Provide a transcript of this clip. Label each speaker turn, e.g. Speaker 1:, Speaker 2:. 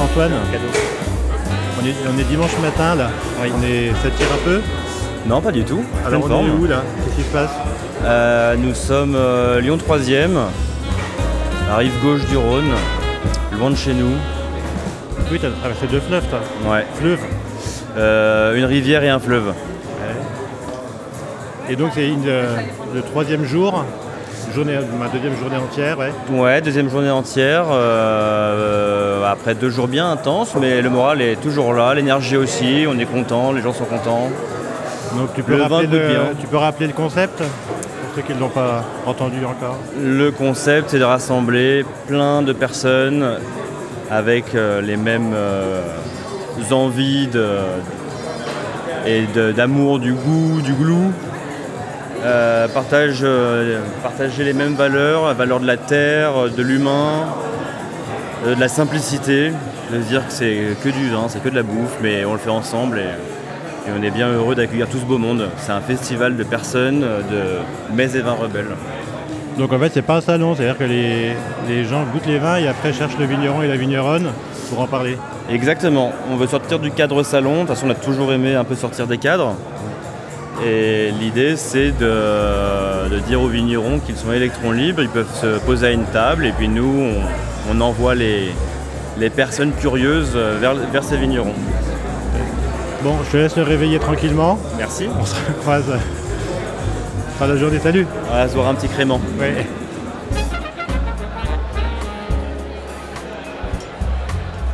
Speaker 1: Antoine.
Speaker 2: Cadeau.
Speaker 1: On est, on est dimanche matin là.
Speaker 2: Oui.
Speaker 1: On est, ça tire un peu.
Speaker 2: Non, pas du tout.
Speaker 1: Alors
Speaker 2: Pleine
Speaker 1: on est
Speaker 2: forme.
Speaker 1: où là Qu'est-ce qui se passe
Speaker 2: Euh, Nous sommes euh, Lyon 3ème, la rive gauche du Rhône, loin de chez nous.
Speaker 1: Oui, t'as ah, traversé deux fleuves, toi.
Speaker 2: Ouais.
Speaker 1: Fleuve.
Speaker 2: Euh, une rivière et un fleuve.
Speaker 1: Et donc c'est une, euh, le troisième jour, journée, ma deuxième journée entière, ouais.
Speaker 2: Ouais, deuxième journée entière. euh, après deux jours bien intenses, mais le moral est toujours là, l'énergie aussi, on est content, les gens sont contents.
Speaker 1: Donc tu peux,
Speaker 2: Le
Speaker 1: rappeler
Speaker 2: vin goûte bien.
Speaker 1: le, euh, tu peux rappeler le concept pour ceux qui ne l'ont pas entendu encore.
Speaker 2: Le concept, c'est de rassembler plein de personnes avec euh, les mêmes euh, envies de- et de- d'amour du goût, du glou. Euh, partage, euh, partager les mêmes valeurs, la valeur de la terre, euh, de l'humain, euh, de la simplicité. De se dire que c'est que du vin, c'est que de la bouffe, mais on le fait ensemble et, et on est bien heureux d'accueillir tout ce beau monde. C'est un festival de personnes, euh, de mets et vins rebelles.
Speaker 1: Donc en fait c'est pas un salon, c'est-à-dire que les, les gens goûtent les vins et après cherchent le vigneron et la vigneronne pour en parler.
Speaker 2: Exactement, on veut sortir du cadre salon, de toute façon on a toujours aimé un peu sortir des cadres. Et l'idée c'est de, de dire aux vignerons qu'ils sont électrons libres, ils peuvent se poser à une table et puis nous on, on envoie les, les personnes curieuses euh, vers, vers ces vignerons.
Speaker 1: Bon, je te laisse le réveiller tranquillement. euh,
Speaker 2: Merci.
Speaker 1: On se croise. Fin de la journée, salut
Speaker 2: On va se voir un petit crément.
Speaker 1: Ouais.